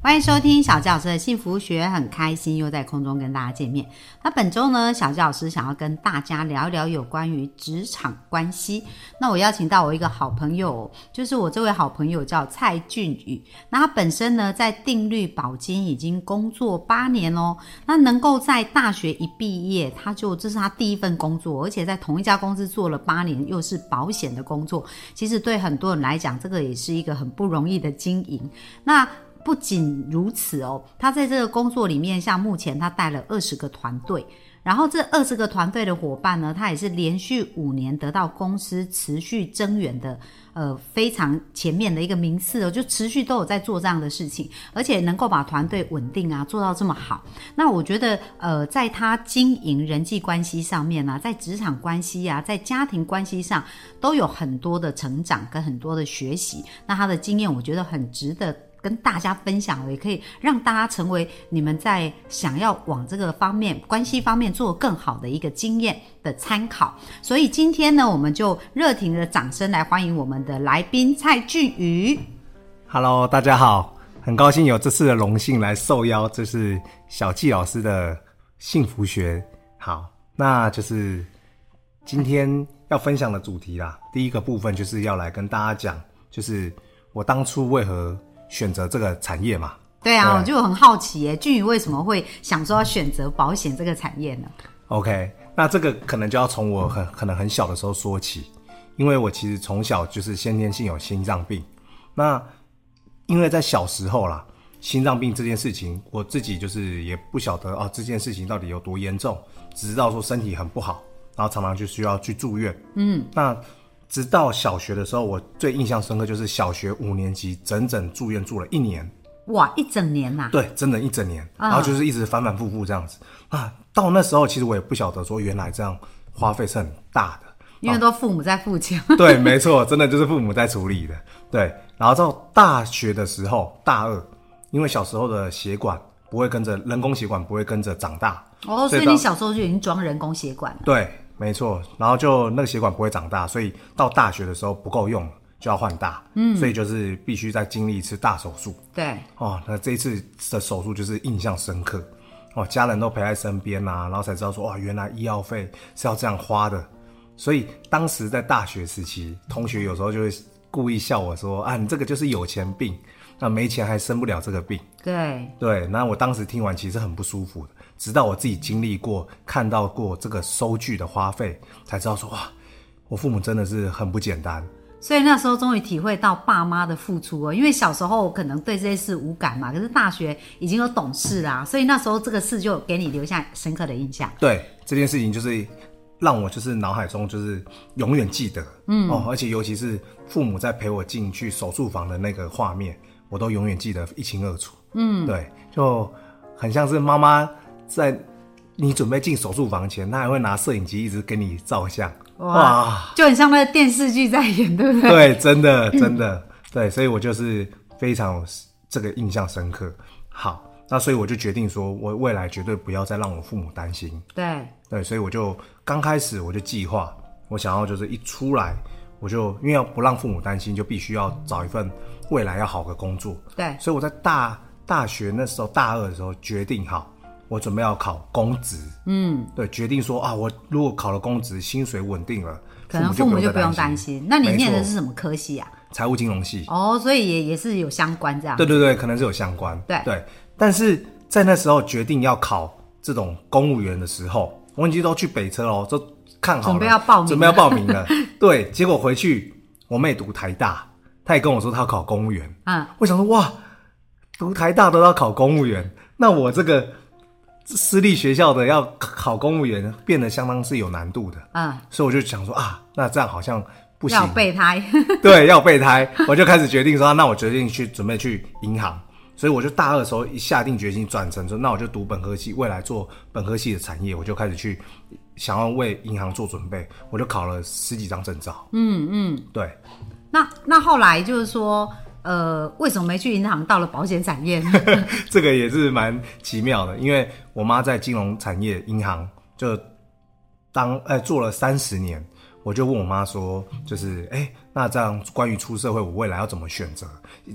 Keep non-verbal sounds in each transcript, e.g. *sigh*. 欢迎收听小纪老师的幸福学，很开心又在空中跟大家见面。那本周呢，小纪老师想要跟大家聊一聊有关于职场关系。那我邀请到我一个好朋友哦，就是我这位好朋友叫蔡俊宇。那他本身呢，在定律保金已经工作八年喽。那能够在大学一毕业，他就这是他第一份工作，而且在同一家公司做了八年，又是保险的工作。其实对很多人来讲，这个也是一个很不容易的经营。那不仅如此哦，他在这个工作里面，像目前他带了二十个团队，然后这二十个团队的伙伴呢，他也是连续五年得到公司持续增援的，呃，非常前面的一个名次哦，就持续都有在做这样的事情，而且能够把团队稳定啊做到这么好。那我觉得，呃，在他经营人际关系上面啊，在职场关系啊，在家庭关系上都有很多的成长跟很多的学习。那他的经验，我觉得很值得跟大家分享，也可以让大家成为你们在想要往这个方面、关系方面做更好的一个经验的参考。所以今天呢，我们就热情的掌声来欢迎我们的来宾蔡俊宇。 Hello，大家好，很高兴有这次的荣幸来受邀，这是小纪老师的幸福学。好，那就是今天要分享的主题啦。第一个部分就是要来跟大家讲，就是我当初为何选择这个产业嘛。对啊，对我就很好奇耶，俊宇为什么会想说要选择保险这个产业呢？ OK，那这个可能就要从我很可能很小的时候说起，因为我其实从小就是先天性有心脏病。那因为在小时候啦，心脏病这件事情，我自己就是也不晓得啊，这件事情到底有多严重，只知道说身体很不好，然后常常就需要去住院。嗯，那直到小学的时候，我最印象深刻就是小学五年级整整住院住了一年。哇，一整年呐、对，真的一整年，然后就是一直反反复复这样子啊。到那时候，其实我也不晓得说原来这样花费是很大的。因为都父母在付 *laughs* 钱，对，没错，真的就是父母在处理的。对，然后到大学的时候，大二，因为小时候的血管不会跟着人工血管不会跟着长大，哦，所以到你小时候就已经装人工血管了。对，没错。然后就那个血管不会长大，所以到大学的时候不够用，就要换大。嗯，所以就是必须再经历一次大手术。对，哦，那这一次的手术就是印象深刻，哦，家人都陪在身边呐、然后才知道说，哇，原来医药费是要这样花的。所以当时在大学时期，同学有时候就会故意笑我说，啊，你这个就是有钱病，那没钱还生不了这个病。对，对，那我当时听完其实很不舒服的，直到我自己经历过、看到过这个收据的花费，才知道说，哇，我父母真的是很不简单。所以那时候终于体会到爸妈的付出哦，因为小时候可能对这些事无感嘛，可是大学已经有懂事啦、所以那时候这个事就给你留下深刻的印象。对这件事情，就是让我就是脑海中就是永远记得，嗯哦，而且尤其是父母在陪我进去手术房的那个画面，我都永远记得一清二楚。嗯，对，就很像是妈妈在你准备进手术房前，她还会拿摄影机一直给你照相。哇，就很像那个电视剧在演，对 *laughs* 不对？对，真 *laughs* 的真的，对，所以我就是非常有这个印象深刻。好，那所以我就决定说，我未来绝对不要再让我父母担心。对，对，所以我就刚开始我就计划，我想要就是一出来，我就因为要不让父母担心，就必须要找一份未来要好的工作。对，所以我在大大学那时候大二的时候决定好，我准备要考公职。嗯，对，决定说啊，我如果考了公职，薪水稳定了，可能父母就不用再担心。那你没念的错是什么科系啊？财务金融系。哦，所以也也是有相关这样。对对对，可能是有相关。对对，但是在那时候决定要考这种公务员的时候，我已经都去北车喽，都看好了，准备要报名了准备要报名 *laughs* 了。对，结果回去我妹读台大，她也跟我说她要考公务员。嗯，我想说哇，读台大都要考公务员，那我这个私立学校的要考公务员，变得相当是有难度的。嗯，所以我就想说啊，那这样好像不行要，备胎。对，要备胎，我就开始决定说，那我决定去准备去银行，所以我就大二的时候一下定决心转成说，那我就读本科系，未来做本科系的产业，我就开始去想要为银行做准备，我就考了十几张证照，嗯嗯，对，那那后来就是说，呃，为什么没去银行，到了保险产业呢？ *laughs* 这个也是蛮奇妙的，因为我妈在金融产业银行就当呃做了三十年，我就问我妈说，就是哎、那这样关于出社会，我未来要怎么选择，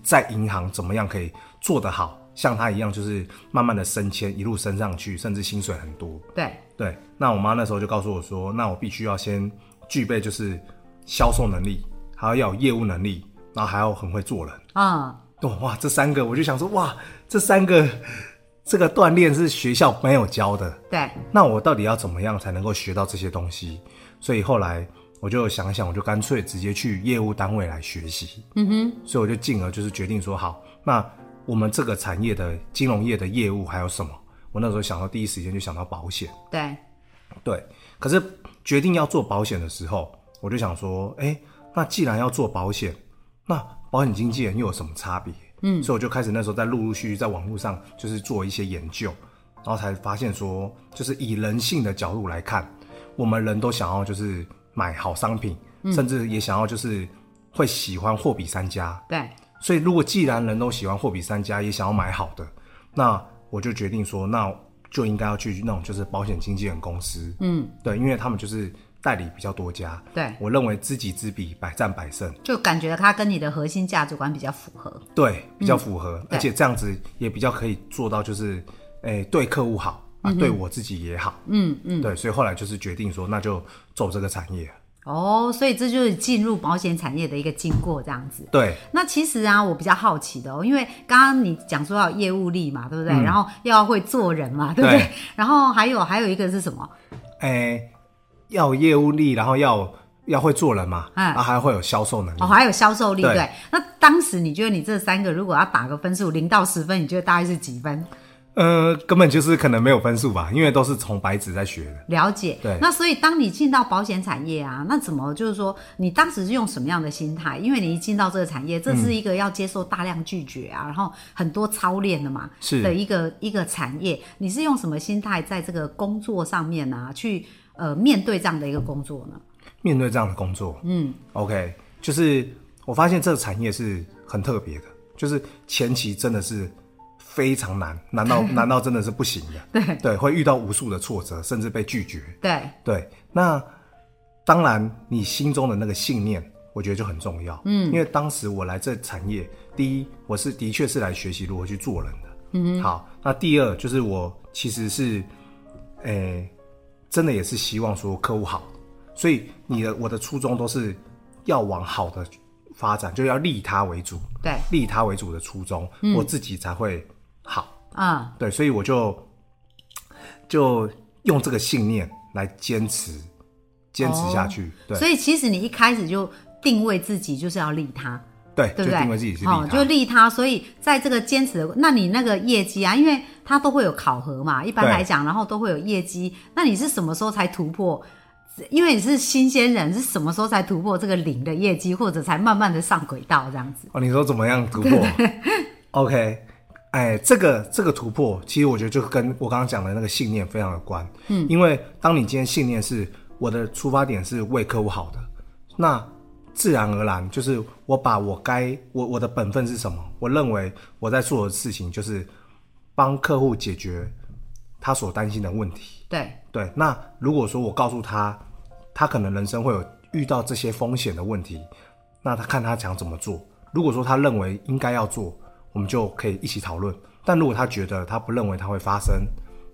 在银行怎么样可以做得好，像她一样，就是慢慢的升迁，一路升上去，甚至薪水很多。对，对，那我妈那时候就告诉我说，那我必须要先具备就是销售能力，还要有业务能力，然后还要很会做人。嗯，哦，哇，这三个我就想说，哇，这三个这个锻炼是学校没有教的，对，那我到底要怎么样才能够学到这些东西？所以后来我就想一想，我就干脆直接去业务单位来学习。嗯哼，所以我就进而就是决定说，好，那我们这个产业的金融业的业务还有什么？我那时候想到第一时间就想到保险。对，对，可是决定要做保险的时候，我就想说，哎、那既然要做保险，那保险经纪人又有什么差别？嗯，所以我就开始那时候在陆陆续续在网络上就是做一些研究，然后才发现说，就是以人性的角度来看，我们人都想要就是买好商品，甚至也想要就是会喜欢货比三家，对，所以如果既然人都喜欢货比三家，也想要买好的，那我就决定说，那就应该要去那种就是保险经纪人公司，嗯，对，因为他们就是代理比较多家。对，我认为知己知彼，百战百胜，就感觉它跟你的核心价值观比较符合。对，比较符合，嗯对而且这样子也比较可以做到就是，诶、对客户好啊，对我自己也好，嗯嗯，对，所以后来就是决定说，那就走这个产业，哦，所以这就是进入保险产业的一个经过，这样子。对，那其实啊，我比较好奇的哦，因为刚刚你讲说要有业务力嘛，对不对？然后又要会做人嘛，对不对？对 *laughs* 然后还有还有一个是什么？诶、要有业务力，然后要要会做人嘛，嗯啊，还会有销售能力哦，，还有销售力，对嗯对不对。那当时你觉得你这三个如果要打个分数，零到十分，你觉得大概是几分？呃，根本就是可能没有分数吧，因为都是从白纸在学的。了解。对那所以当你进到保险产业啊，那怎么就是说你当时是用什么样的心态？因为你一进到这个产业，这是一个要接受大量拒绝啊，然后很多操练的嘛，是的一个一个产业，你是用什么心态在这个工作上面啊，去呃面对这样的一个工作呢？面对这样的工作，嗯，OK，就是我发现这个产业是很特别的，就是前期真的是非常难，难道难道真的是不行的？对对，会遇到无数的挫折，甚至被拒绝。对对，那当然，你心中的那个信念，我觉得就很重要。嗯，因为当时我来这产业，第一，我是的确是来学习如何去做人的。嗯，好，那第二就是我其实是，诶、真的也是希望说客户好，所以你的我的初衷都是要往好的发展，就要利他为主，对，利他为主的初衷，我自己才会好。嗯，对，所以我就就用这个信念来坚持，坚持下去。哦所以其实你一开始就定位自己就是要利他，对对不对，就对？定为自己是利哦，就他。利他。所以在这个坚持的，那你那个业绩啊，因为它都会有考核嘛，一般对来讲，然后都会有业绩。那你是什么时候才突破？因为你是新鲜人，是什么时候才突破这个零的业绩，或者才慢慢的上轨道这样子？哦，你说怎么样突破？OK，哎，这个这个突破，其实我觉得就跟我刚刚讲的那个信念非常有关。嗯，因为当你今天信念是我的出发点是为客户好的，那自然而然就是我把我该我我的本分是什么？我认为我在做的事情就是帮客户解决他所担心的问题。对对，那如果说我告诉他，他可能人生会有遇到这些风险的问题，那他看他想怎么做。如果说他认为应该要做，我们就可以一起讨论。但如果他觉得他不认为它会发生，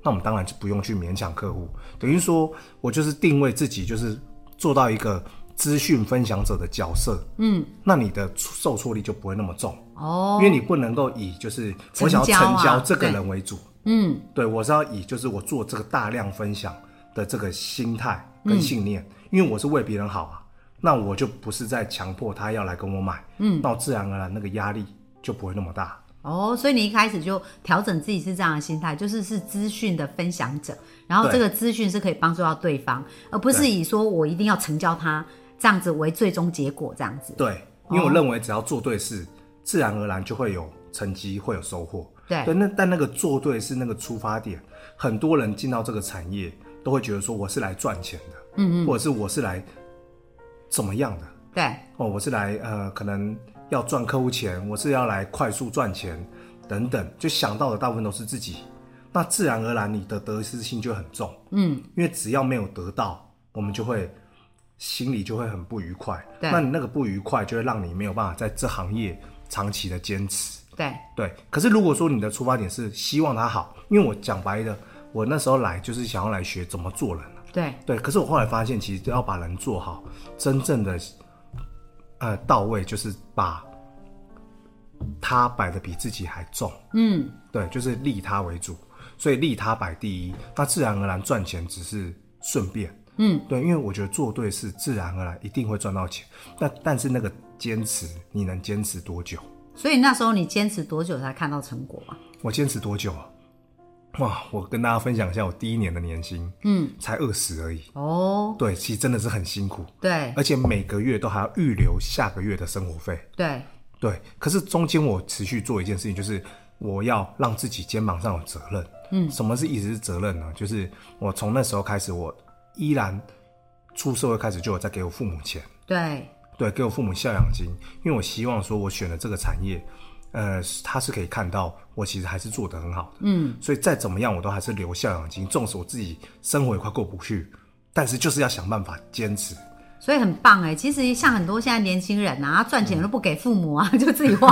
那我们当然就不用去勉强客户。等于说我就是定位自己，就是做到一个资讯分享者的角色。嗯，那你的受挫力就不会那么重，哦因，为你不能够以就是我想要成交啊成交这个对人为主。嗯，对我是要以就是我做这个大量分享的这个心态跟信念，嗯因为我是为别人好啊，那我就不是在强迫他要来跟我买，嗯，那我自然而然那个压力就不会那么大。哦，所以你一开始就调整自己是这样的心态，就是是资讯的分享者，然后对这个资讯是可以帮助到对方，而不是对以说我一定要成交它这样子为最终结果这样子。对，因为我认为只要做对事，自然而然就会有成绩，会有收获。对对，那但那个做对是那个出发点，很多人进到这个产业都会觉得说我是来赚钱的，嗯嗯，或者是我是来怎么样的，对，哦，我是来呃，可能要赚客户钱，我是要来快速赚钱等等，就想到的大部分都是自己，那自然而然你的得失心就很重，嗯，因为只要没有得到，我们就会心里就会很不愉快，对那你那个不愉快就会让你没有办法在这行业长期的坚持，对，对。可是如果说你的出发点是希望它好，因为我讲白的，我那时候来就是想要来学怎么做人啊、对，对，可是我后来发现，其实要把人做好，真正的呃到位，就是把他摆的比自己还重。嗯，对，就是利他为主，所以利他摆第一，那自然而然赚钱只是顺便。嗯，对，因为我觉得做对事，自然而然一定会赚到钱。但但是那个坚持，你能坚持多久？所以那时候你坚持多久才看到成果啊？我坚持多久啊？哇！我跟大家分享一下，我第一年的年薪，嗯，才二十而已。哦，对，其实真的是很辛苦。对而且每个月都还要预留下个月的生活费。对对，可是中间我持续做一件事情，就是我要让自己肩膀上有责任。嗯，什么是一直是责任呢？就是我从那时候开始，我依然出社会开始就有在给我父母钱，对对，给我父母孝养金，因为我希望说我选的这个产业，呃，他是可以看到我其实还是做得很好的。嗯，所以再怎么样我都还是留孝养金，纵使我自己生活也快过不去，但是就是要想办法坚持。所以很棒哎。其实像很多现在年轻人啊，赚钱都不给父母啊， *laughs* 就自己花，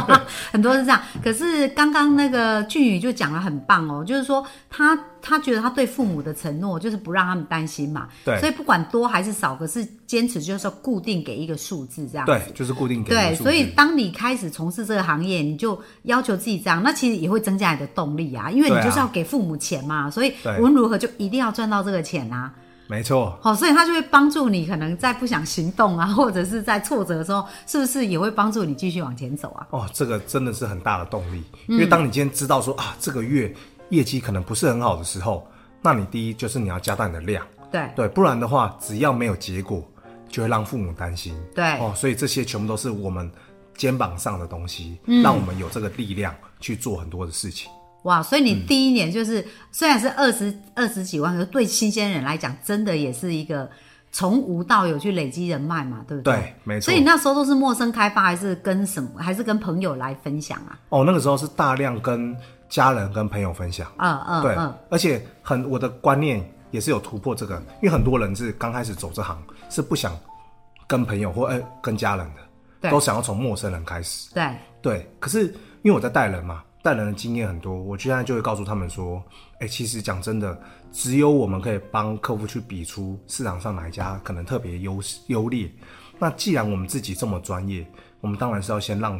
很多是这样。可是刚刚那个俊宇就讲的很棒哦，就是说他他觉得他对父母的承诺就是不让他们担心嘛，对所以不管多还是少，可是坚持就是固定给一个数字这样子。对，就是固定给你啊对，的数所以据当你开始从事这个行业，你就要求自己这样，那其实也会增加你的动力啊，因为你对啊就是要给父母钱嘛，所以对无论如何就一定要赚到这个钱啊。没错，好、所以他就会帮助你，可能在不想行动啊， *laughs* 或者是在挫折的时候，是不是也会帮助你继续往前走啊？哦，这个真的是很大的动力，嗯因为当你今天知道说啊，这个月业绩可能不是很好的时候，那你第一就是你要加大你的量，对对，不然的话，只要没有结果，就会让父母担心。对哦，所以这些全部都是我们肩膀上的东西，嗯让我们有这个力量去做很多的事情。哇，所以嗯你第一年就是、虽然是二十二十几万，可是对新鲜人来讲，真的也是一个从无到有去累积人脉嘛，对不对？对，没错所以。你那时候都是陌生开发，还是跟什么，还是跟朋友来分享啊？哦，那个时候是大量跟家人、跟朋友分享。嗯嗯对嗯，，而且很我的观念也是有突破这个，因为很多人是刚开始走这行是不想跟朋友或呃跟家人对的，都想要从陌生人开始。对对，可是因为我在带人嘛，带人的经验很多，我现在就会告诉他们说，哎、其实讲真的，只有我们可以帮客户去比出市场上哪一家可能特别优势优劣。那既然我们自己这么专业，我们当然是要先让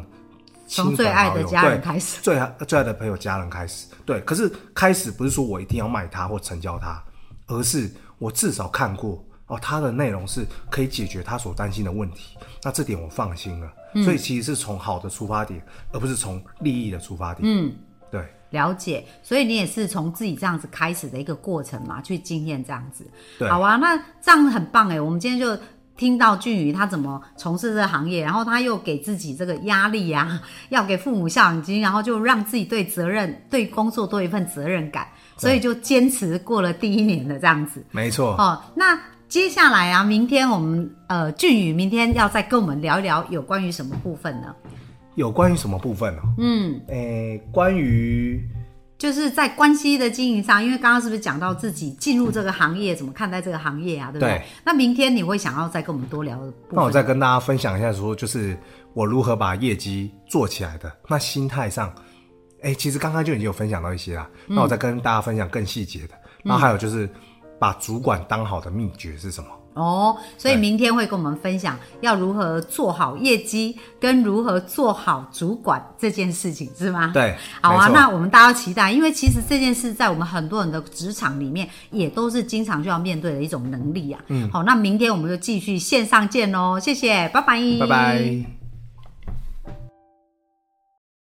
亲从最朋爱好的友家对人开始最爱最爱的朋友、家人开始。对，可是开始不是说我一定要卖他或成交他，而是我至少看过哦，他的内容是可以解决他所担心的问题，那这点我放心了。所以其实是从好的出发点，而不是从利益的出发点。嗯，对。了解，所以你也是从自己这样子开始的一个过程嘛，去经验这样子。对好啊，那这样很棒哎，我们今天就。听到俊宇他怎么从事这个行业，然后他又给自己这个压力啊， *laughs* 要给父母孝养金，然后就让自己对责任、对工作多一份责任感，所以就坚持过了第一年的这样子。没错，哦，那接下来啊，明天我们呃俊宇明天要再跟我们聊一聊有关于什么部分呢？有关于什么部分呢、嗯，诶、关于就是在关系的经营上，因为刚刚是不是讲到自己进入这个行业，怎么看待这个行业啊，对不对？对那明天你会想要再跟我们多聊的部那我分？再跟大家分享一下说就是我如何把业绩做起来的。那心态上，哎、其实刚刚就已经有分享到一些啦。嗯那我再跟大家分享更细节的。然后还有就是，把主管当好的秘诀是什么？哦，所以对明天会跟我们分享要如何做好业绩，跟如何做好主管这件事情，是吗？。对，好啊，没错那我们大家要期待，因为其实这件事在我们很多人的职场里面，也都是经常就要面对的一种能力啊。嗯，好，那明天我们就继续线上见喽，谢谢，拜拜，拜拜。